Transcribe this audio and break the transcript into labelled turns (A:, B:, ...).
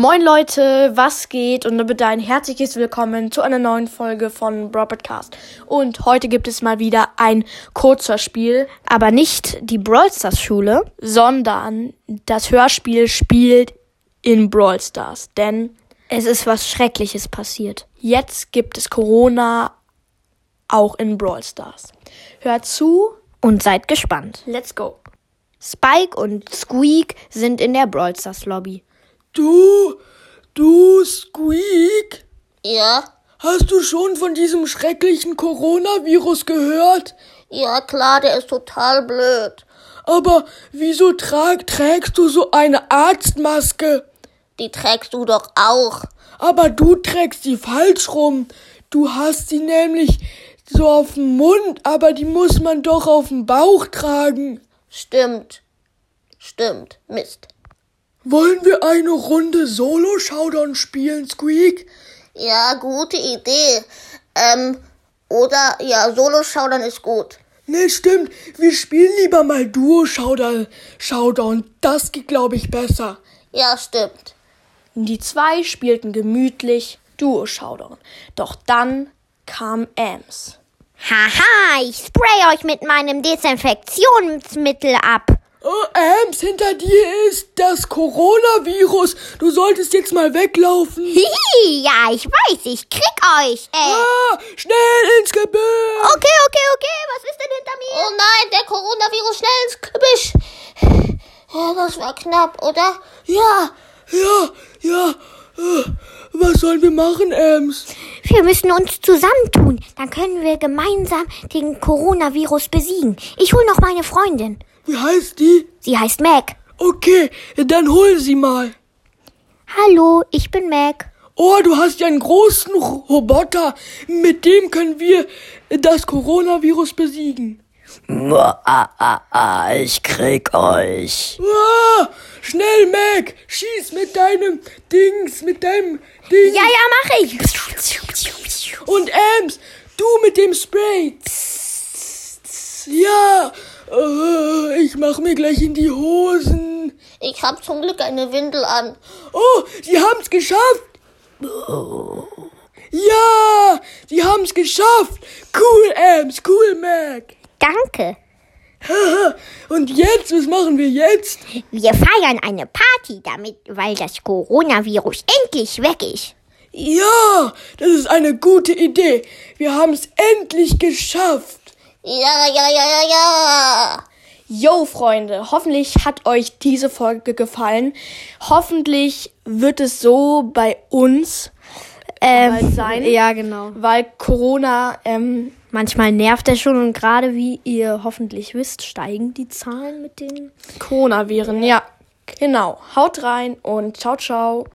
A: Moin Leute, was geht? Und damit ein herzliches Willkommen zu einer neuen Folge von Brawl Podcast. Und heute gibt es mal wieder ein Kurzhörspiel,
B: Aber nicht die Brawl Stars Schule.
A: sondern das Hörspiel spielt in Brawl Stars. Denn
B: Es ist was Schreckliches passiert.
A: jetzt gibt es Corona auch in Brawl Stars. Hört zu,
B: Und seid gespannt.
A: let's go.
B: Spike und Squeak sind in der Brawl Stars Lobby.
C: Du, du Squeak,
D: Ja,
C: hast du schon von diesem schrecklichen Coronavirus gehört?
D: ja klar, der ist total blöd.
C: Aber wieso trag, trägst du so eine Arztmaske?
D: Die trägst du doch auch.
C: Aber du trägst sie falsch rum. Du hast sie nämlich so auf dem Mund, aber die muss man doch auf dem Bauch tragen.
D: Stimmt. Stimmt. Mist.
C: Wollen wir eine Runde Solo-Showdown spielen, Squeak?
D: Ja, gute Idee. Ähm, oder ja, Solo-Schaudern ist gut.
C: Ne, stimmt. Wir spielen lieber mal Duo-Showdown. Showdown. Das geht, glaube ich, besser.
D: Ja, stimmt.
A: Die zwei spielten gemütlich Duo-Showdown. Doch dann kam Ems.
E: Haha, Ah, ich spray euch mit meinem Desinfektionsmittel ab.
C: Oh, Ams, hinter dir ist das Coronavirus. Du solltest jetzt mal weglaufen.
E: Hihi, ja, ich weiß, ich krieg euch. Äh,
C: Ah, schnell ins Gebirge.
E: okay, okay, okay, was ist denn hinter mir?
D: Oh nein, der Coronavirus schnell ins Kübisch. Ja, das war knapp, oder?
C: Ja, ja, ja. Äh, Was sollen wir machen, Ams?
E: Wir müssen uns zusammentun, dann können wir gemeinsam den Coronavirus besiegen. Ich hol noch meine Freundin.
C: Wie heißt die?
E: Sie heißt Mac.
C: Okay, dann hol sie mal.
E: Hallo, ich bin Mac.
C: Oh, du hast ja einen großen Ro- Roboter. Mit dem können wir äh, das Coronavirus besiegen.
F: Ich krieg euch.
C: Ah, schnell, Mac. Schieß mit deinem Dings, mit deinem Ding.
E: Ja, ja, mach ich.
C: Und Ems, du mit dem Spray. Ja, äh, ich mach mir gleich in die Hosen.
D: Ich hab zum Glück eine Windel an.
C: Oh, sie haben's geschafft. Ja, sie haben's geschafft. Cool, Ems, cool, Mac.
E: Danke.
C: Und jetzt, was machen wir jetzt?
E: Wir feiern eine Party damit, weil das Coronavirus endlich weg ist.
C: Ja, das ist eine gute Idee. Wir haben's endlich geschafft.
D: Ja, ja, ja, ja, ja.
A: Yo, Freunde, hoffentlich hat euch diese Folge gefallen. Hoffentlich wird es so bei uns,
B: Ähm,
A: sein?
B: Ja, genau.
A: weil Corona, ähm,
B: Manchmal nervt er schon und gerade wie ihr hoffentlich wisst, steigen die Zahlen mit den
A: Coronaviren, ja. Genau. Haut rein und ciao, ciao.